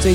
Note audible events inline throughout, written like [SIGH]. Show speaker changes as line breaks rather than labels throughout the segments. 最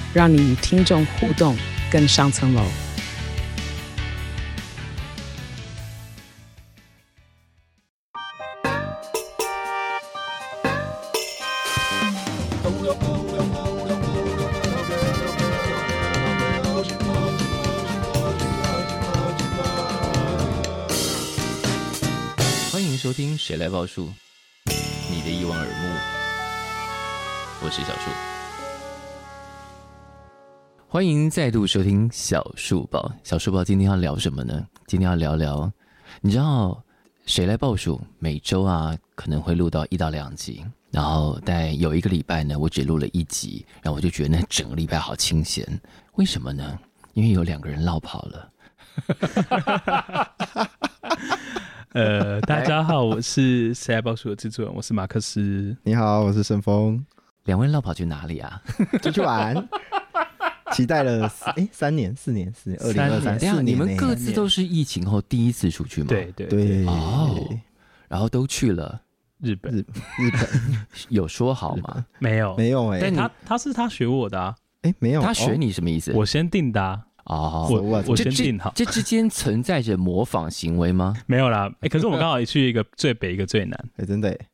让你与听众互动更上层楼。
欢迎收听《谁来报数》，你的一望而目，我是小树。欢迎再度收听小树报。小树报今天要聊什么呢？今天要聊聊，你知道《谁来报数》每周啊可能会录到一到两集，然后但有一个礼拜呢，我只录了一集，然后我就觉得那整个礼拜好清闲。为什么呢？因为有两个人落跑了。
呃，大家好，我是《谁来报数》的制作人，我是马克思。
你好，我是盛
[LAUGHS]
峰，
两位落跑去哪里啊？
出去玩，期待了哎、诶三年四年四年二零二
三
三
等一下
四
你
年呢、
们各自都是疫情后第一次出去吗？
对，对对，
对
哦然后都去了，
日本
日日本
有说好吗？
没有，
没有哎、
但
诶
他他是他学我的啊，
哎、没有
他学
哦
你什么意思？
我先定的啊，
哦，
我
我
我
这
先
这
定好，
这之间存在着模仿行为吗？
没有啦。哎，可
[LAUGHS]
是我们刚好去一个最北，一个最南，
哎、真的、诶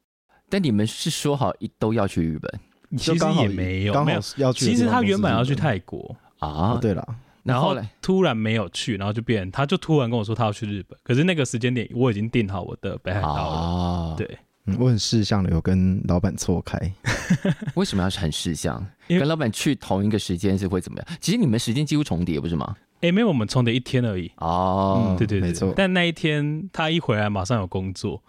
但你们是说好一都要去日本
其
就
实
刚好
也没有，
刚
没
好
有。
要去的
其
地
实
方
他
都是
原本
日
要去
本
泰国，
啊
哦？对了，
然
然
后
后
嘞，
突然没有去，然后就变成，他就突然跟我说他要去日本，可是那个时间点我已经定好我的北海道哎
哦
了。
啊，
对，
嗯，我很识相的有跟老板错开，
为什么要很识相？
因为
跟老板去同一个时间是会怎么样？其实你们时间几乎重叠，不是吗？
哎，没有，我们冲的一天而已。
哦，
嗯对对
没
对
错，
但那一天他一回来马上有工作，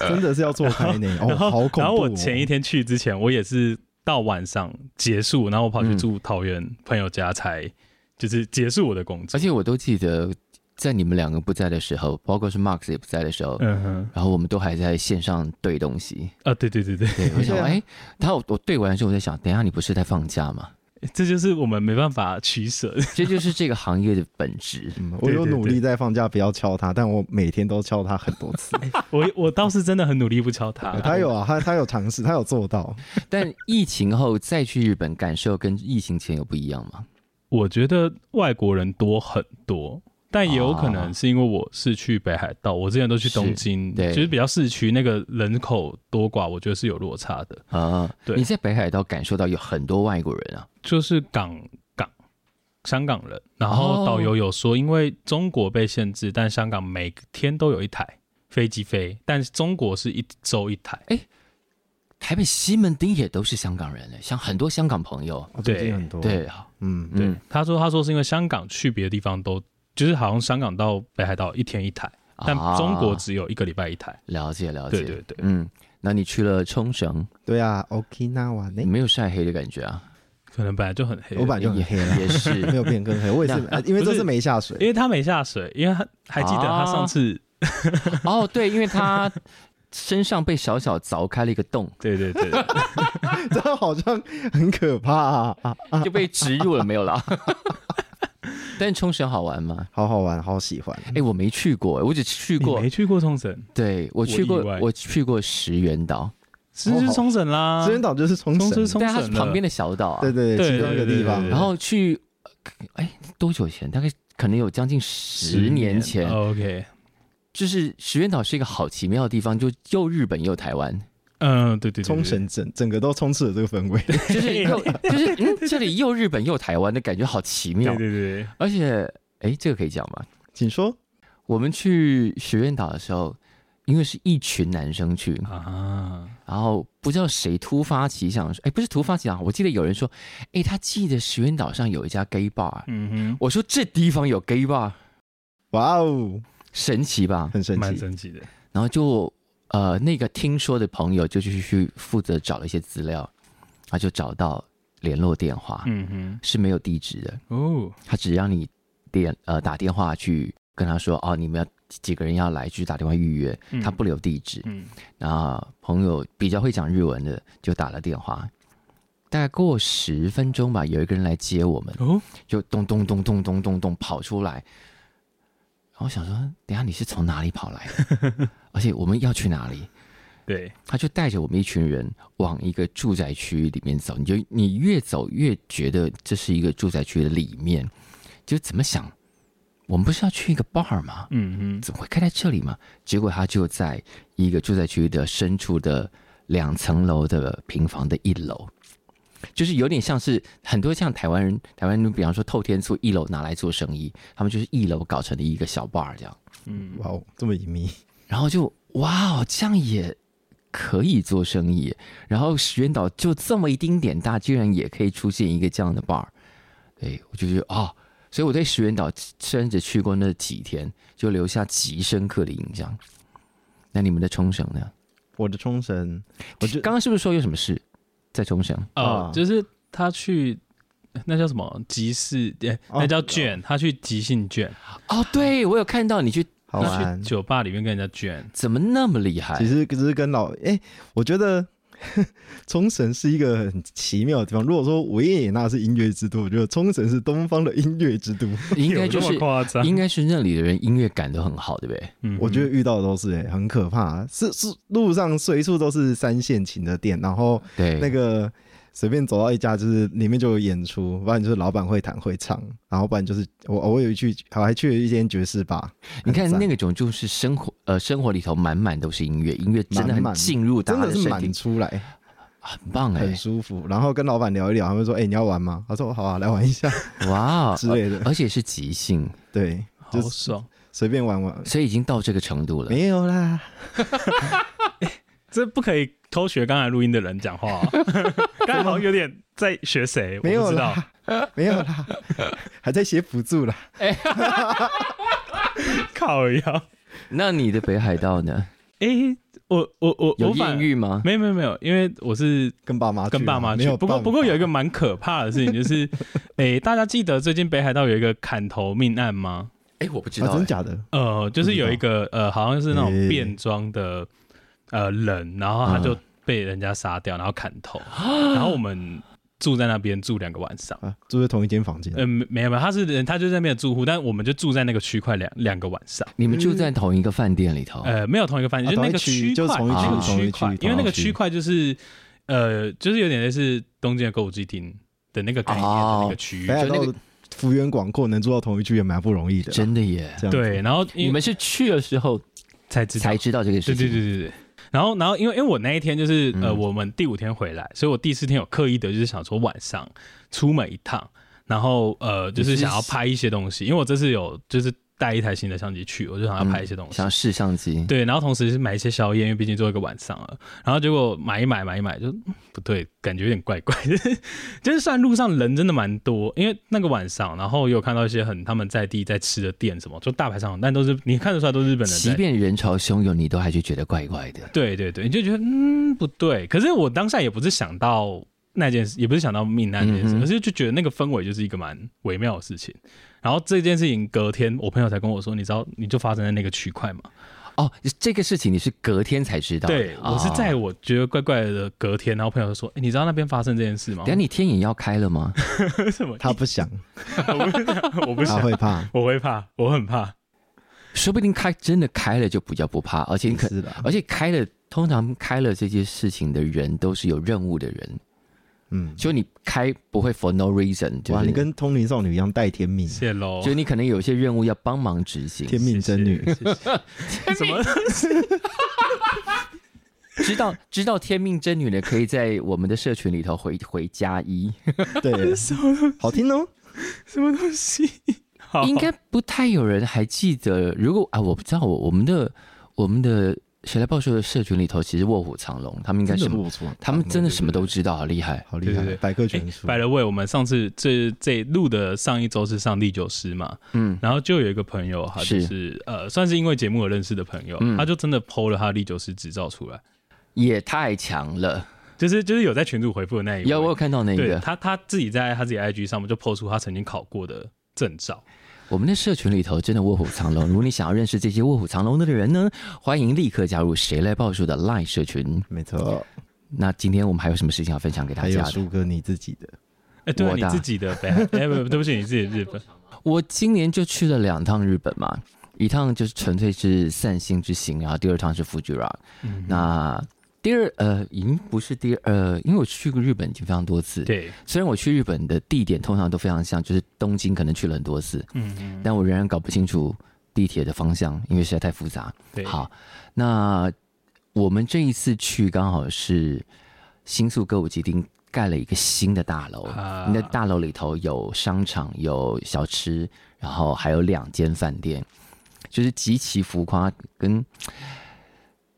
真的是要错开呢、哦，
呃然后，
好恐怖、哦。
然后我前一天去之前，我也是到晚上结束，然后我跑去住桃园朋友家才，就是结束我的工
而
作。
且我都记得，在你们两个不在的时候，包括是 Max 也不在的时候，
呃
嗯哼，
然后我们都还在线上对东西。
啊，对对对 [LAUGHS] 对，
对，我想，
对啊。
哎、他我我对完的时候，我在想，等一下你不是在放假吗？
这就是我们没办法取舍。 [LAUGHS]
这就是这个行业的本质
嗯，我
对
有
对
努
对
力在放假不要敲他，但我每天都敲他很多
[LAUGHS]
次。
我我倒是真的很努力不敲他，
他有啊，他他有尝试，他有做到。
但疫情后再去日本，感受跟疫情前有不一样吗？
我觉得外国人多很多，但也有可能是因为我是去北海道，我之前都去东京，
是对
就是比较市区，那个人口多寡，我觉得是有落差的。
啊，
对
你在北海道感受到有很多外国人啊，
就是港港香港人，然后
哦
导游有说，因为中国被限制，但香港每天都有一台飞机飞，但是中国是一周一台。
台北西门町也都是香港人嘞，像很多香港朋友。
哦最近
对
很多，
对，
嗯，
对，
嗯
他说他说是因为香港去别的地方都，就是好像香港到北海道一天一台，但
啊
中国只有一个礼拜一台。
了解了解，
对对对
嗯，那你去了冲绳，
对啊，Okinawa 呢？
没有晒黑的感觉
[LAUGHS]
啊？
可能本来就很黑，
我本来就很黑了，
也是
[LAUGHS] 没有变更黑。我也是，
那
呃因为
不
这
是
次没下水
因，为他没下水，因为他还记得他上次，
啊
哦，对，因为他身上被小小凿开了一个洞，
对对
[LAUGHS]
对，
这样好像很可怕、 [LAUGHS] 啊
[LAUGHS]
啊
就被植入了，没 [LAUGHS] 有啦。但冲绳好玩吗？
好好玩，好喜欢。
哎、我没去过，我只去
嗯你
过
没，去过冲绳，
对我去
我意
过
外，
我去过石原岛，
是就是冲绳啦，
资源岛哦就是冲
啊冲
绳
是，冲
但
绳
它
了，
是旁边的小岛啊。
对对对，
对
其中一个地
对对对对
方。
然后去，哎、多久以前？大概可能有将近十年前。
哦 OK，
就是石原岛是一个好奇妙的地方，就又日本又台湾，
嗯，对对对，对
冲绳整整个都充斥了这个氛
[LAUGHS]
围，
就是又就是、嗯、这里又日本又台湾的感觉，好奇妙
对。对对，
而且，哎、这个可以讲吗？
请说。
我们去石原岛的时候，因为是一群男生去，
啊，
然后不知道谁突发奇想说，哎，不是突发奇想，我记得有人说，哎，他记得石原岛上有一家 gay bar，
嗯
我说这地方有 gay bar，
哇哦，
神奇吧？
很神
蛮
奇，
神奇的。
然后就呃那个听说的朋友就去去负责找了一些资料，他就找到联络电话，
嗯
是没有地址的，
哼，哦，
他只让你电呃打电话去跟他说哦，你们要几个人要来，去打电话预约，
嗯
他不留地址。
嗯
那啊朋友比较会讲日文的就打了电话，大概过十分钟吧，有一个人来接我们，
哦，
就咚咚咚咚咚咚咚跑出来。然后想说，等一下你是从哪里跑来的？而且我们要去哪里？
对，
他就带着我们一群人往一个住宅区里面走，你就你越走越觉得这是一个住宅区的里面，就怎么想，我们不是要去一个 bar 吗？
嗯哼，
怎么会开在这里嘛？结果他就在一个住宅区的深处的两层楼的平房的一楼，就是有点像是很多像台湾人，台湾人比方说透天厝一楼拿来做生意，他们就是一楼搞成的一个小 bar 这样。
嗯，
哇哦，这么隐秘，
然后就哇哦，这样也可以做生意。然后石原岛就这么一丁点大，居然也可以出现一个这样的 bar，哎，我就觉得哦，所以我对石原岛甚至去过那几天，就留下极深刻的印象。那你们的冲绳呢？
我的冲绳，
我
我就
刚刚是不是说有什么事在冲绳？
哦
啊，
就是他去。那叫什么集市？哎、
哦
那叫卷，他去集兴卷，
哦，对我有看到你去，
好
他
玩
去。酒吧里面跟人家卷。
怎么那么厉害
其？实只是跟老哎、我觉得 [LAUGHS] 冲绳是一个很奇妙的地方。如果说维也纳是音乐之都，我觉得冲绳是东方的音乐之都。
应该就
有这么
是
夸张，
应该是那里的人音乐感都很好，对不对？
嗯哼
我觉得遇到的都是哎、很可怕，是是路上随处都是三线琴的店，然后
对，
那个随便走到一家，就是里面就有演出，不然就是老板会弹会唱，然后不然就是我我有去，我还去了一间爵士吧。
你看
很赞
那个种就是生活，呃，生活里头满满都是音乐，音乐真的
满
很
满
进入大
真
家
的是
身体
满，出来，
很棒哎、
很舒服。然后跟老板聊一聊，他们说：“哎、你要玩吗？”他说：“好啊，来玩一下
[LAUGHS]
哇，哦
之类的。
而且是即兴，”
对，
啊好
就
爽，
随便玩玩。
所以已经到这个程度了。
没有啦，
这不可以偷学刚才录音的人讲话、啊， [LAUGHS] 刚才好像有点在学谁，我
没有
不知道。
啦，没有啦，还在写辅助啦。
靠呀，
那你的北海道呢？
哎、我我我
有
我反
艳遇吗？
没有没有没有，因为我是
跟爸啊妈去
跟爸妈
没
去
有。
不过
办法
不过有一个蛮可怕的事情，就是
[LAUGHS]
诶、大家记得最近北海道有一个砍头命案吗？
哎、我不知
啊，
道、哎
真的假的？
呃，就是有一个呃，好像是那种
诶嗯
变装的呃人，然后他就被人家杀掉，然后砍
[GASPS]
头，然后我们住在那边住两个晚上。
啊，住在同一间房间，
嗯，没有没有，他是人，他就在那边的住户，但我们就住在那个区块两两个晚上。
你们住在同一个饭店里头，
呃，没有同一个饭店，
哦啊
就那个
同一区
区
就
块，
同
一区
那个
同
一
区
区
块，因
同
为那
一
个
区
区块就是呃，就是有点类似东京的购物基厅的那个概念的那个区域。
北海
就那
道
个
幅员广阔，能住到同一区也蛮不容易的啦。
真的耶！
这样子
对，然后因为
你们是去的时候
才知道
才，知道这个事
对
情，
对对对对。然后，然后，因为因为我那一天就是呃，
嗯
我们第五天回来，所以我第四天有刻意的，就是想说晚上出门一趟，然后呃，就是
你是
想要拍一些东西，因为我这次有就是带一台新的相机去，我就想要拍一些东西，
嗯想试相机，
对，然后同时是买一些宵夜，因为毕竟做一个晚上了。然后结果买一买买一买，就嗯不对，感觉有点怪怪的。 [LAUGHS] 就是虽然路上人真的蛮多，因为那个晚上，然后有看到一些很他们在地在吃的店什么，就大排长龙，但都是你看得出来都是日本人
即
在。
便人潮汹涌，你都还是觉得怪怪的。
对对对，你就觉得嗯不对。可是我当下也不是想到那件事，也不是想到命案这件事，
嗯哼
可是就觉得那个氛围就是一个蛮微妙的事情。然后这件事情隔天，我朋友才跟我说，你知道你就发生在那个区块嘛？
哦，这个事情你是隔天才知道的。
对，我是
哦
在我觉得怪怪的隔天，然后朋友就说：“哎、你知道那边发生这件事吗
[LAUGHS] 等一下你天眼要开了吗？？”
什么？
他不想，
[LAUGHS] 我 [LAUGHS] 不
他
想，
会怕。
我会怕，我很怕。
说不定开真的开了就比较不怕，而且你可
是的，
而且开了，通常开了这些事情的人都是有任务的人，
嗯，
就你开不会 for no reason，就是
哇，你跟通灵少女一样带天命，
谢喽，
就你可能有一些任务要帮忙执行，
天命真女，
谢谢，谢谢 [LAUGHS] 什么？
知道知道天命真女的可以在我们的社群里头回回加一， [LAUGHS]
对，好听哦。
什么东西？好，
应该不太有人还记得。如果啊，我不知道我我们的我们的谁来报数的社群里头，其实卧虎藏龙，他们应该
真
什
的
么，
不错，
他们真的什么都知道，好厉害。
好厉
对对
害
对，哎
百科全
诶 [LAUGHS]
书。
by the way，我们上次这这录的上一周是上第九师嘛，
嗯，
然后就有一个朋友，他就是是呃，算是因为节目而认识的朋友，
嗯
他就真的剖了他的第九师执照出来，
也太强了。
就是就是有在群主回复的那一位，
有我有看到那
对
个，
他他自己在他自己 IG 上面就 PO 出他曾经考过的证照，
我们的社群里头真的卧虎藏龙。如果你想要认识这些卧虎藏龙的人呢，欢迎立刻加入“谁来报数”的 LINE 社群。
没错，
那今天我们还有什么事情要分享给大
还
家
有
的？
舒哥你自己的，
哎、对、啊、
我
你
的啊
自己的
[LAUGHS]
北海，哎、不不对不起，你自己的日本，
我今年就去了两趟日本嘛，一趟就是纯粹是散心之行，然后第二趟是 Fuji Rock。
嗯
那第二呃，已经不是第二呃，因为我去过日本已经非常多次。
对，
虽然我去日本的地点通常都非常像，就是东京可能去了很多次，
嗯嗯，
但我仍然搞不清楚地铁的方向，因为实在太复杂。
对，
好，那我们这一次去刚好是新宿歌舞伎町盖了一个新的大楼，
啊
那大楼里头有商场、有小吃，然后还有两间饭店，就是极其浮夸，跟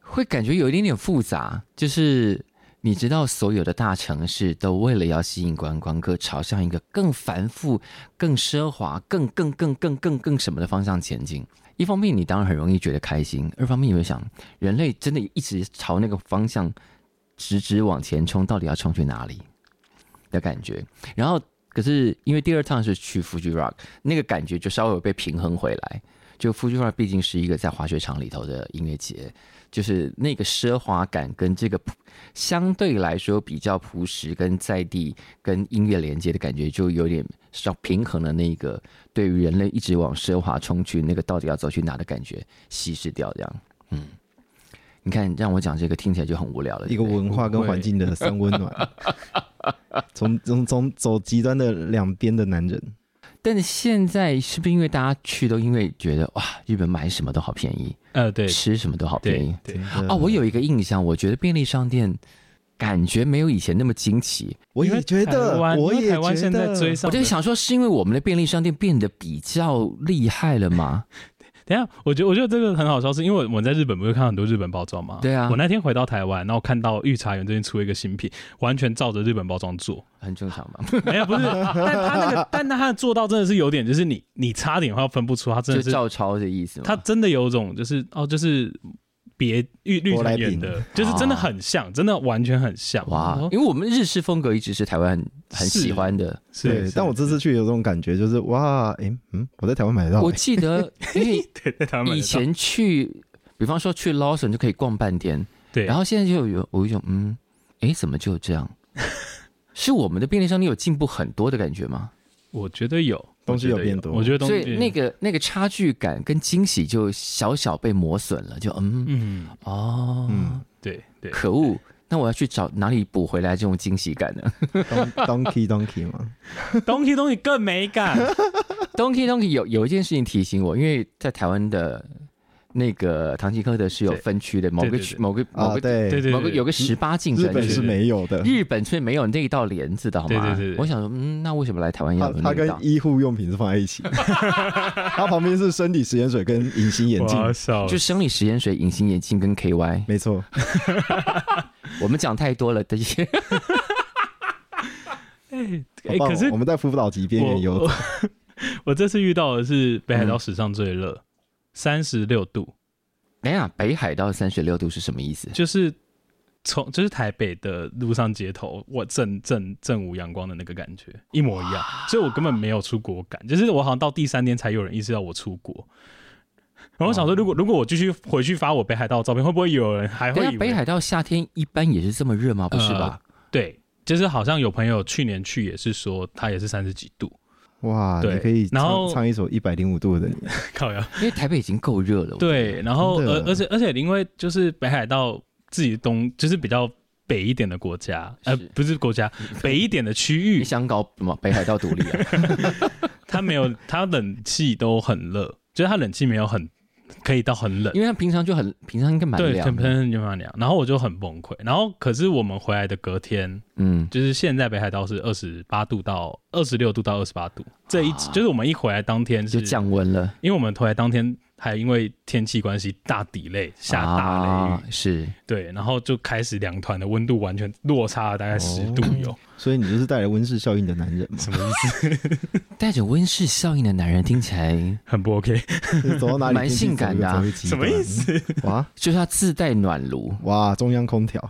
会感觉有一点点复杂，就是。你知道，所有的大城市都为了要吸引观光客，朝向一个更繁复、更奢华、更更更更更更什么的方向前进。一方面，你当然很容易觉得开心；二方面，你会想，人类真的一直朝那个方向直直往前冲，到底要冲去哪里的感觉。然后，可是因为第二趟是去 Fuji Rock，那个感觉就稍微被平衡回来。就 Fuji Rock 毕竟是一个在滑雪场里头的音乐节，就是那个奢华感跟这个朴相对来说比较朴实跟在地跟音乐连接的感觉，就有点稍平衡了那个对于人类一直往奢华冲去，那个到底要走去哪的感觉稀释掉，这样，嗯。你看，让我讲这个听起来就很无聊了。
一个
对不对
文化跟环境的三温暖，
[LAUGHS]
从从从走极端的两边的男人，
但是现在是不是因为大家去都因为觉得哇，日本买什么都好便宜，
呃，对
吃什么都好便宜
对对，
哦，我有一个印象，我觉得便利商店感觉没有以前那么惊奇。
我
因为
也觉
台
得，
湾
我
因为
也
台湾
觉
现在
得
追上
我
的，
就想说，是因为我们的便利商店变得比较厉害了
[LAUGHS]
吗？
等一下，我觉得我觉得这个很好笑，是因为我我在日本不是看到很多日本包装吗？
对啊
我那天回到台湾，然后看到御茶园这边出了一个新品，完全照着日本包装做，
很正常吧？
没有不是， [LAUGHS] 但他那个但他的做到真的是有点，就是你你差点要分不出，他真
就
的是
照抄的意思吗？
他真的有种就是哦就是。别绿绿
舶来
茶园
品
的，就是真的很像，真的完全很像哦
哇
然后，
因为我们日式风格一直是台湾很很
是
喜欢的。
是
对，，但我这次去有这种感觉，就是哇，诶，嗯，我在台湾买得到，
我记得，因
[LAUGHS]
为
对在台湾买得到
以前去，比方说去 Lawson 就可以逛半天，
对，
然后现在就有我有一种嗯，诶，怎么就这
[LAUGHS]
样？是我们的便利商店有进步很多的感觉吗？
我觉得有
东西
我觉
有
得
变多
我觉得东
所
西
以那个那个差距感跟惊喜就小小被磨损了，就嗯
嗯，
哦，
嗯
对对，
可恶，那我要去找哪里补回来这种惊喜感
[LAUGHS]
呢
Don- Donkey Donkey [LAUGHS] 嘛，
东西东西更没
[LAUGHS]
感，
？Donkey Donkey 有有一件事情提醒我，因为在台湾的那个唐吉诃德是有
对
分区的，某个
对
区
对
某个某
啊，
个
对
对对
某个
对
有个十八禁
日
分
本
区
是没有的，
日本却没有那一道帘子的好吗？
对对对对
我想说，嗯，那为什么来台湾要
它
有
它
那一
跟
道？
医护用品是放在
[LAUGHS]
一起，它旁边是生理食盐水跟隐形眼镜，
我笑
就生理食盐水、隐形眼镜跟 KY，
没错，
我们讲太多了这
[LAUGHS]
些。
哎、
好棒哦
可是
我们在福岛级边缘游
我
走，
[LAUGHS] 我这次遇到的是北海道史上最热，三十六度，
等一下，哎北海道三十六度是什么意思？
就是从就是台北的路上街头，我正正正午阳光的那个感觉一模一样，所以我根本没有出国感，就是我好像到第三天才有人意识到我出国。然后我想说，如果如果我继续回去发我北海道的照片，会不会有人还会
等一
哎以
下，
为
啊
呃
北海道夏天一般也是这么热吗？不是吧？
对？就是好像有朋友去年去也是说他也是三十几度， [LAUGHS]
哇，
对
你可以
然后
唱唱一首一百零五度的你，
靠呀！
因为台北已经够热了。我觉得
对，，然后
真的
而而且而且因为就是北海道自己东就是比较北一点的国家，呃
是，嗯
不是国家，北一点的区
你 [LAUGHS]
域，
想搞什么？北海道独立
[LAUGHS]
啊？
它没有它冷气都很热，就是它冷气没有很可以到很冷
因。为他平常就很平常应该蛮
对，
凉
喷
的。
喷就蛮凉，然后我就很崩溃。然后可是我们回来的隔天，
嗯，
就是现在北海道是二十八度到二十六度到二十八度，这一、
啊
就是我们一回来当天，
就是降温了，
因为我们回来当天还因为天气关系大底累下大雷雨，
啊是
对，然后就开始两团的温度完全落差了大概十度有，
所以你就是带来温室效应的男人嘛，
什么意思？
带着温室效应的男人，听起来
很不 OK，
就是走到哪里
蛮性感的啊
什
[LAUGHS] 什么意？思？
嗯哇
就是他自带暖炉。
哇，中央空调，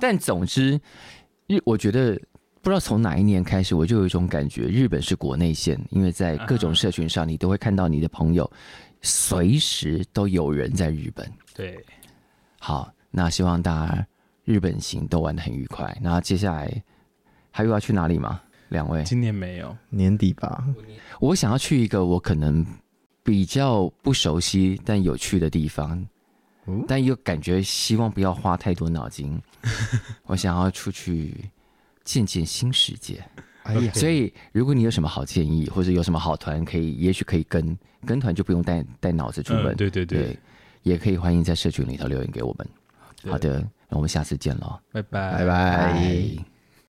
但总之，日我觉得不知道从哪一年开始，我就有一种感觉，日本是国内线，因为在各种社群上，你都会看到你的朋友随时都有人在日本。
对，
好，那希望大家日本行都玩的很愉快。那接下来还有要去哪里吗？两位，
今年没有，
年底吧，
我想要去一个我可能比较不熟悉但有趣的地方，
哦
但又感觉希望不要花太多脑
[LAUGHS]
筋。我想要出去见见新世界。
哎呀，
所以，如果你有什么好建议，或者有什么好团可以，也许可以跟跟团，就不用带带脑子出门。
嗯对对对
也可以欢迎在社群里头留言给我们。
对
好的，那我们下次见喽，
拜拜
拜拜。
拜